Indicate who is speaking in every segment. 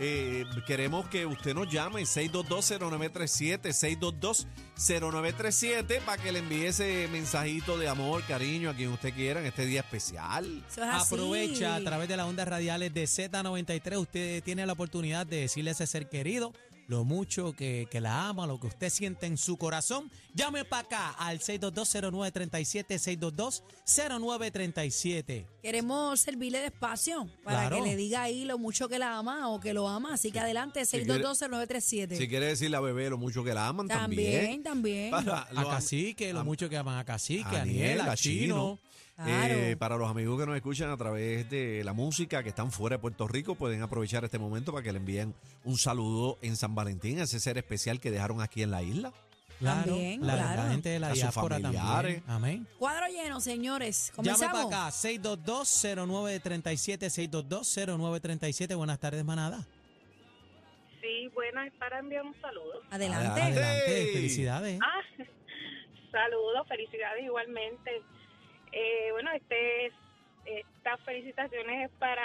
Speaker 1: Eh, queremos que usted nos llame 622-0937, 622-0937 para que le envíe ese mensajito de amor, cariño a quien usted quiera en este día especial.
Speaker 2: Eso es así.
Speaker 3: Aprovecha a través de las ondas radiales de Z93, usted tiene la oportunidad de decirle a ese ser querido lo mucho que, que la ama, lo que usted siente en su corazón. Llame para acá al 622-0937, 622-0937.
Speaker 2: Queremos servirle de espacio para
Speaker 3: Claro.
Speaker 2: que le diga ahí lo mucho que la ama o que lo ama. Así que adelante,
Speaker 1: quiere-
Speaker 2: 6220937.
Speaker 1: Si quiere decirle a Bebé lo mucho que la aman también.
Speaker 2: también, también.
Speaker 1: Para
Speaker 3: A
Speaker 1: los am-
Speaker 3: Cacique, lo
Speaker 1: am-
Speaker 3: mucho que aman a Cacique, a
Speaker 1: Aniel,
Speaker 3: Aniel, a
Speaker 1: a
Speaker 3: Chino.
Speaker 2: Claro.
Speaker 1: Eh, para los amigos que nos escuchan a través de la música, que están fuera de Puerto Rico, pueden aprovechar este momento para que le envíen un saludo en San Valentín, a ese ser especial que dejaron aquí en la isla.
Speaker 3: Claro,
Speaker 2: También,
Speaker 3: la, la
Speaker 2: claro.
Speaker 3: gente de la
Speaker 1: A sus
Speaker 3: diáspora
Speaker 1: familiares.
Speaker 3: también. Amén.
Speaker 2: Cuadro lleno, señores.
Speaker 3: Llame
Speaker 2: Comenzamos.
Speaker 3: para acá, 622-0937, 622-0937. Buenas tardes, manada.
Speaker 4: Sí, bueno, es para enviar un saludo.
Speaker 2: Adelante.
Speaker 1: Adelante.
Speaker 3: Adelante, felicidades.
Speaker 4: Ah, saludos, felicidades igualmente. Eh, bueno, este es- estas felicitaciones es para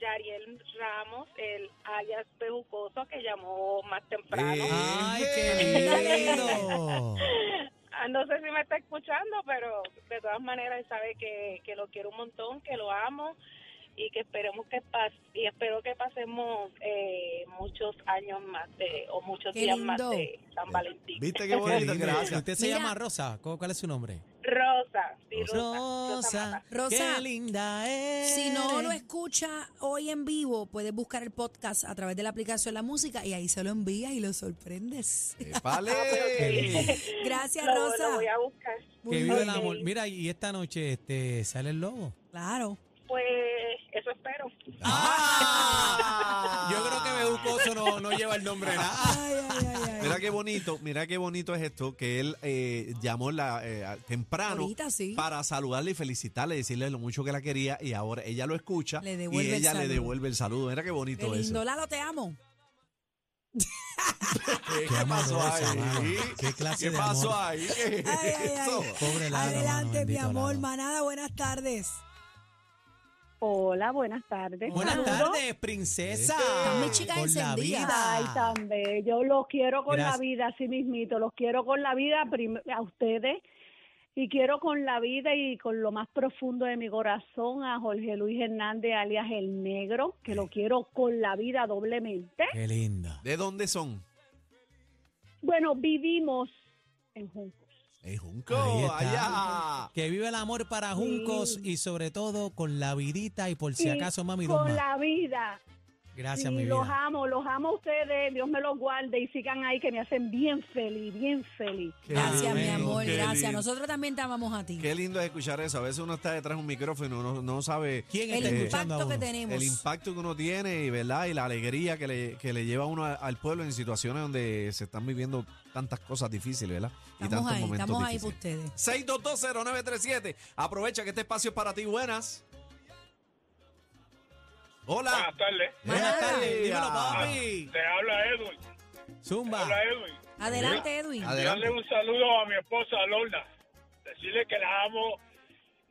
Speaker 4: Yariel Ramos, el alias Bejucoso, que llamó más temprano.
Speaker 1: Eh.
Speaker 3: ¡Ay,
Speaker 1: Hey.
Speaker 3: eh. qué lindo!
Speaker 4: Ah, No sé si me está escuchando, pero de todas maneras él sabe que, que lo quiero un montón, que lo amo y que esperemos que pas y espero que pasemos eh, muchos años más de o muchos
Speaker 2: Qué
Speaker 4: días
Speaker 2: lindo.
Speaker 4: más de San Valentín.
Speaker 1: ¿Viste qué
Speaker 3: Qué
Speaker 1: bonito?
Speaker 3: lindo.
Speaker 1: Gracias.
Speaker 3: Usted se
Speaker 2: Mira.
Speaker 3: llama Rosa. ¿Cu- ¿Cuál es su nombre?
Speaker 4: Rosa, sí,
Speaker 3: Rosa.
Speaker 4: Rosa.
Speaker 2: Rosa.
Speaker 3: Qué linda es.
Speaker 2: Si no lo escucha hoy en vivo, puedes buscar el podcast a través de la aplicación La Música y ahí se lo envías y lo sorprendes.
Speaker 4: Ah,
Speaker 1: ¡Épale!
Speaker 3: Ah,
Speaker 2: Gracias,
Speaker 4: Lo, lo
Speaker 2: Rosa.
Speaker 4: voy a buscar.
Speaker 2: Muy
Speaker 3: Que vive
Speaker 2: bien.
Speaker 3: el amor. Mira, y esta noche este, sale el lobo.
Speaker 2: Claro.
Speaker 4: Pues eso espero.
Speaker 1: ¡Ah!
Speaker 3: Yo creo que Bejucoso no, no lleva el nombre de nada.
Speaker 2: Ay, ay, ay, ay.
Speaker 1: Mira qué bonito, mira qué bonito es esto, que él eh, llamó la, eh, a- temprano
Speaker 2: Ahorita sí.
Speaker 1: para saludarle y felicitarle, decirle lo mucho que la quería y ahora ella lo escucha
Speaker 2: Le
Speaker 1: y
Speaker 2: devuelve el
Speaker 1: ella le
Speaker 2: saludo.
Speaker 1: devuelve el saludo. Mira qué
Speaker 2: Qué
Speaker 1: bonito
Speaker 2: lindo.
Speaker 1: eso.
Speaker 2: Lalo, te amo.
Speaker 1: ¿Qué,
Speaker 3: amorosa,
Speaker 1: pasó
Speaker 3: mano.
Speaker 1: ahí?
Speaker 3: Qué clase de
Speaker 1: pasó
Speaker 3: amor.
Speaker 1: ahí? ¿Qué es
Speaker 2: Ay, ay, ay.
Speaker 1: eso?
Speaker 3: Pobre Lalo, mano,
Speaker 2: Adelante, mi
Speaker 3: bendito
Speaker 2: amor.
Speaker 3: Lalo.
Speaker 2: Manada, buenas tardes.
Speaker 4: Hola, buenas tardes.
Speaker 3: Buenas
Speaker 2: Saludos.
Speaker 3: tardes, princesa.
Speaker 1: Están
Speaker 2: mis chicas
Speaker 3: Por la
Speaker 2: encendidas.
Speaker 3: vida.
Speaker 4: Yo los quiero
Speaker 3: con la Gracias.
Speaker 4: vida, así mismito. Los quiero con la vida a ustedes. Y quiero con la vida y con lo más profundo de mi corazón a Jorge Luis Hernández, alias El Negro, que lo quiero con la vida doblemente.
Speaker 3: Qué lindo.
Speaker 1: ¿De dónde son?
Speaker 4: Bueno, vivimos en Juncos.
Speaker 1: En Junco,
Speaker 3: Ahí está.
Speaker 1: allá.
Speaker 3: Que vive el amor para Juncos y sobre todo con la vidita y por si
Speaker 4: Y
Speaker 3: acaso mami dos
Speaker 4: Con
Speaker 3: más.
Speaker 4: la vida.
Speaker 3: Gracias,
Speaker 4: Sí,
Speaker 3: mi
Speaker 4: los
Speaker 3: vida.
Speaker 4: amo, los amo a ustedes. Dios me los guarde y sigan ahí que me hacen bien feliz, bien feliz.
Speaker 1: Qué
Speaker 2: Gracias, mi
Speaker 1: lindo,
Speaker 2: amor.
Speaker 1: qué
Speaker 2: Gracias.
Speaker 1: lindo.
Speaker 2: Nosotros también te amamos a ti.
Speaker 1: Qué lindo es escuchar eso. A veces uno está detrás de un micrófono, no, no sabe
Speaker 3: ¿Quién
Speaker 2: El
Speaker 3: está escuchando a
Speaker 2: impacto que
Speaker 3: uno?
Speaker 2: tenemos.
Speaker 1: el impacto que uno tiene y verdad y la alegría que le, que le lleva uno a- al pueblo en situaciones donde se están viviendo tantas cosas difíciles, ¿verdad? y
Speaker 2: Estamos
Speaker 1: tantos
Speaker 2: ahí,
Speaker 1: momentos
Speaker 2: estamos ahí por
Speaker 1: difíciles.
Speaker 2: ustedes.
Speaker 1: 6220937. Aprovecha que este espacio es para ti. Buenas. Hola.
Speaker 5: Buenas tardes.
Speaker 3: Buenas tardes, dímelo,
Speaker 1: Ah,
Speaker 3: papi.
Speaker 5: Te habla Edwin. Te
Speaker 3: Zumba.
Speaker 5: habla Edwin.
Speaker 2: Adelante, Edwin.
Speaker 1: Adelante.
Speaker 5: Darle un saludo a mi esposa Lola. Decirle que la amo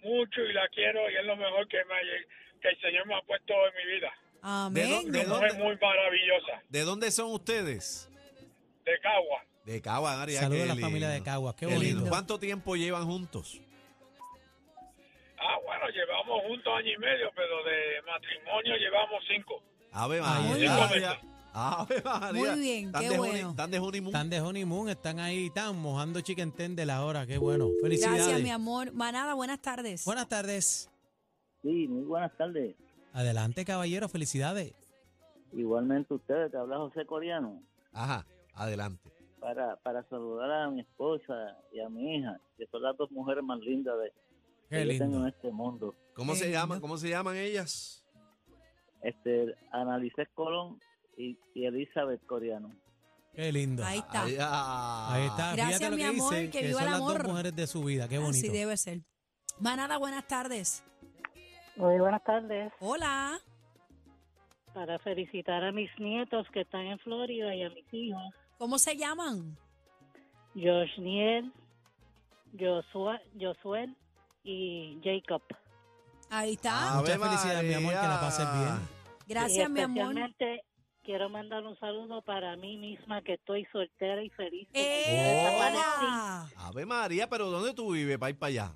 Speaker 5: mucho y la quiero y es lo mejor que, me ha- que el Señor me ha puesto en mi vida.
Speaker 2: Amén.
Speaker 1: ¿De
Speaker 5: Una
Speaker 1: dónde?
Speaker 5: mujer muy maravillosa.
Speaker 1: ¿De dónde son ustedes?
Speaker 5: De Cagua.
Speaker 1: De Caguas, área.
Speaker 3: Saludos
Speaker 1: qué
Speaker 3: a la familia de
Speaker 1: lindo.
Speaker 3: Caguas, qué
Speaker 1: Qué lindo.
Speaker 3: bonito.
Speaker 1: ¿Cuánto tiempo llevan juntos?
Speaker 5: Ah, bueno, llevamos juntos año y medio, pero de matrimonio llevamos cinco.
Speaker 1: Ave
Speaker 3: Ahí
Speaker 1: María.
Speaker 5: está.
Speaker 1: Ave María.
Speaker 2: Muy bien,
Speaker 1: Están
Speaker 2: qué
Speaker 1: de
Speaker 2: bueno.
Speaker 1: honey- Están de honeymoon.
Speaker 3: Están de honeymoon, están ahí, están mojando chicken tender la hora, qué bueno. Felicidades.
Speaker 2: Gracias, mi amor. Manada, buenas tardes.
Speaker 3: Buenas tardes.
Speaker 6: Sí, muy buenas tardes.
Speaker 3: Adelante, caballero, felicidades.
Speaker 6: Igualmente ustedes, te habla José Coreano.
Speaker 1: Ajá, adelante.
Speaker 6: para, para saludar a mi esposa y a mi hija, que son las dos mujeres más lindas de,
Speaker 3: Qué
Speaker 6: que yo tengo en
Speaker 1: ¿eh?
Speaker 3: lindo.
Speaker 6: este mundo.
Speaker 1: ¿Cómo
Speaker 3: Eh,
Speaker 1: se llaman?
Speaker 3: no.
Speaker 1: ¿Cómo se llaman ellas?
Speaker 6: Este, Analice Colón y, y Elizabeth Coreano.
Speaker 3: Qué lindo.
Speaker 2: Ahí
Speaker 3: Ahí
Speaker 2: está.
Speaker 1: Ay, ah.
Speaker 3: está.
Speaker 2: Gracias,
Speaker 3: Fíjate lo
Speaker 2: mi
Speaker 3: que
Speaker 2: amor,
Speaker 3: dice,
Speaker 2: que
Speaker 3: que,
Speaker 2: viva
Speaker 3: son
Speaker 2: el
Speaker 3: las dos
Speaker 2: amor.
Speaker 3: mujeres de su vida. Qué bonito.
Speaker 2: Así debe ser. Manada, buenas tardes.
Speaker 7: Muy buenas tardes.
Speaker 2: Hola.
Speaker 7: Para felicitar a mis nietos que están en Florida y a mis hijos,
Speaker 2: ¿Cómo se llaman?
Speaker 7: Josh Niel, Joshua, Josuel y Jacob.
Speaker 2: Ahí está.
Speaker 1: Ah,
Speaker 3: Muchas
Speaker 1: Ave
Speaker 3: felicidades, mi amor, que la pases
Speaker 1: María.
Speaker 3: bien.
Speaker 2: Gracias,
Speaker 7: y
Speaker 2: mi amor.
Speaker 7: especialmente quiero mandar un saludo para mí misma que estoy soltera y feliz
Speaker 2: ¡Eh!
Speaker 1: Oh.
Speaker 2: hola.
Speaker 1: Ave María, pero ¿dónde tú vives? Para ir para allá.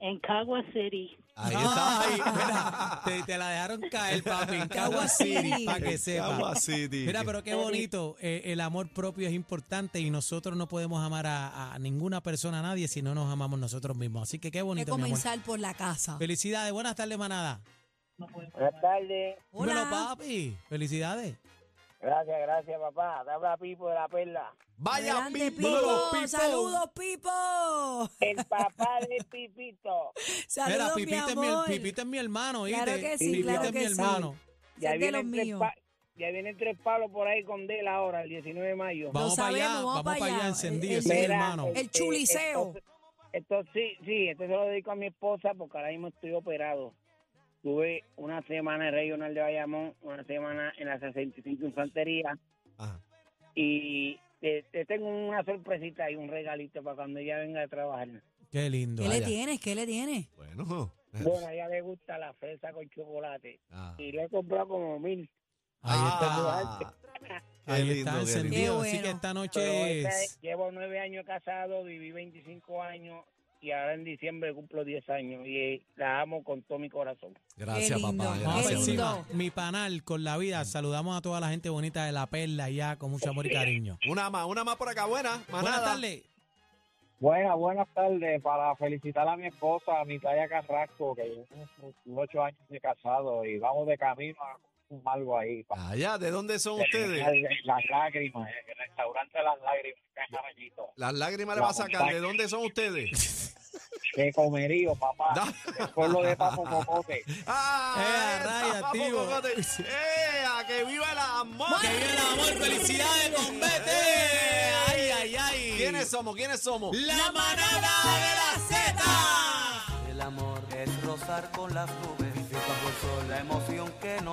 Speaker 7: en Cagua City.
Speaker 1: Ahí
Speaker 2: Ah.
Speaker 3: Ay,
Speaker 1: está.
Speaker 3: mira, te, te la dejaron caer, papi, en
Speaker 2: Cagua
Speaker 3: Cagua
Speaker 2: City.
Speaker 3: City, para que
Speaker 1: En
Speaker 3: sepa.
Speaker 1: Cagua City.
Speaker 3: Mira, pero qué bonito, eh, el amor propio es importante y nosotros no podemos amar a, a ninguna persona, a nadie, si no nos amamos nosotros mismos. Así que qué
Speaker 2: Hay que
Speaker 3: bonito, mi amor.
Speaker 2: comenzar por la casa.
Speaker 3: Felicidades, buenas tardes, manada.
Speaker 6: Buenas tardes.
Speaker 3: Dímelo,
Speaker 2: Hola.
Speaker 3: papi, felicidades.
Speaker 6: Gracias, gracias, papá. Te habla Pipo de la Perla.
Speaker 1: Vaya
Speaker 2: Adelante,
Speaker 1: Pipo, Pipo.
Speaker 2: Saludos, Pipo.
Speaker 6: El papá de Pipito.
Speaker 2: Saludos,
Speaker 3: Mira,
Speaker 2: mi
Speaker 1: este
Speaker 3: Pipita, es mi,
Speaker 2: amor.
Speaker 3: Pipita es mi hermano,
Speaker 2: Claro
Speaker 3: ¿oíste?
Speaker 2: que sí,
Speaker 3: Pipita
Speaker 2: claro
Speaker 3: es
Speaker 2: que
Speaker 3: mi
Speaker 2: sí.
Speaker 3: hermano.
Speaker 2: Ya Es de vienen los tres míos. pa-
Speaker 6: ya vienen tres palos por ahí con Del ahora, el 19 de mayo.
Speaker 3: Vamos para allá,
Speaker 2: sabemos, vamos
Speaker 3: vamos para
Speaker 2: para
Speaker 3: allá,
Speaker 2: allá.
Speaker 3: encendido,
Speaker 2: El-
Speaker 3: ese es mi
Speaker 2: Mira,
Speaker 3: hermano.
Speaker 2: el chuliceo.
Speaker 6: Entonces, entonces, sí, sí, esto se lo dedico a mi esposa porque ahora mismo estoy operado. Tuve una semana en Regional de Bayamón, una semana en la 65 Infantería
Speaker 1: Ajá.
Speaker 6: y te, te tengo una sorpresita y un regalito para cuando ella venga a trabajar.
Speaker 3: Qué lindo.
Speaker 2: ¿Qué le
Speaker 1: Vaya.
Speaker 2: tienes? ¿Qué le tienes?
Speaker 1: Bueno.
Speaker 6: Bueno, a ella le gusta la fresa con chocolate
Speaker 1: Ah.
Speaker 6: y le he comprado como mil.
Speaker 3: Ahí está,
Speaker 1: Ah, qué
Speaker 3: ahí
Speaker 1: lindo, este qué
Speaker 3: está
Speaker 1: lindo.
Speaker 3: encendido.
Speaker 2: Qué
Speaker 3: Así que
Speaker 2: bueno.
Speaker 3: esta
Speaker 6: Pero
Speaker 3: noche
Speaker 6: esta
Speaker 3: es...
Speaker 6: es- llevo nueve años casado, viví 25 años y ahora en diciembre cumplo 10 años y eh, la amo con todo mi corazón.
Speaker 2: Qué
Speaker 1: Gracias,
Speaker 2: lindo.
Speaker 1: papá.
Speaker 3: Vamos
Speaker 2: Qué
Speaker 1: Gracias,
Speaker 3: por
Speaker 2: lindo.
Speaker 3: encima. Mi panal con la vida. Saludamos a toda la gente bonita de la perla allá con mucho amor y cariño.
Speaker 1: Una más, una más por acá, buena.
Speaker 3: Buenas
Speaker 1: Manada.
Speaker 3: tardes.
Speaker 8: Buenas, buenas tardes. Para felicitar a mi esposa, Natalia Carrasco, que llevamos ocho años de casado y vamos de camino a un algo ahí. Para
Speaker 1: Allá, ¿de dónde son
Speaker 8: terminar
Speaker 1: ustedes?
Speaker 8: en Las lágrimas, en Eh, el restaurante Las Lágrimas, que es Jaramillo.
Speaker 1: Las lágrimas le va a sacar. ¿De dónde son ustedes?
Speaker 8: De comerío, papá.
Speaker 1: Da-
Speaker 8: El pueblo de Papo Cocote.
Speaker 1: ¡Ah!
Speaker 3: Eh, raya,
Speaker 1: papo,
Speaker 3: tío.
Speaker 1: cocote. ¡Eh! ¡A que viva el amor! ¡Eh!
Speaker 3: ¡Que viva el amor! ¡Felicidades, bombete! ¡Ay, ay, ay!
Speaker 1: ¿Quiénes somos? ¿Quiénes somos?
Speaker 3: ¡La manada de la Z!
Speaker 9: El amor es rozar con las nubes, por sol, la emoción que nos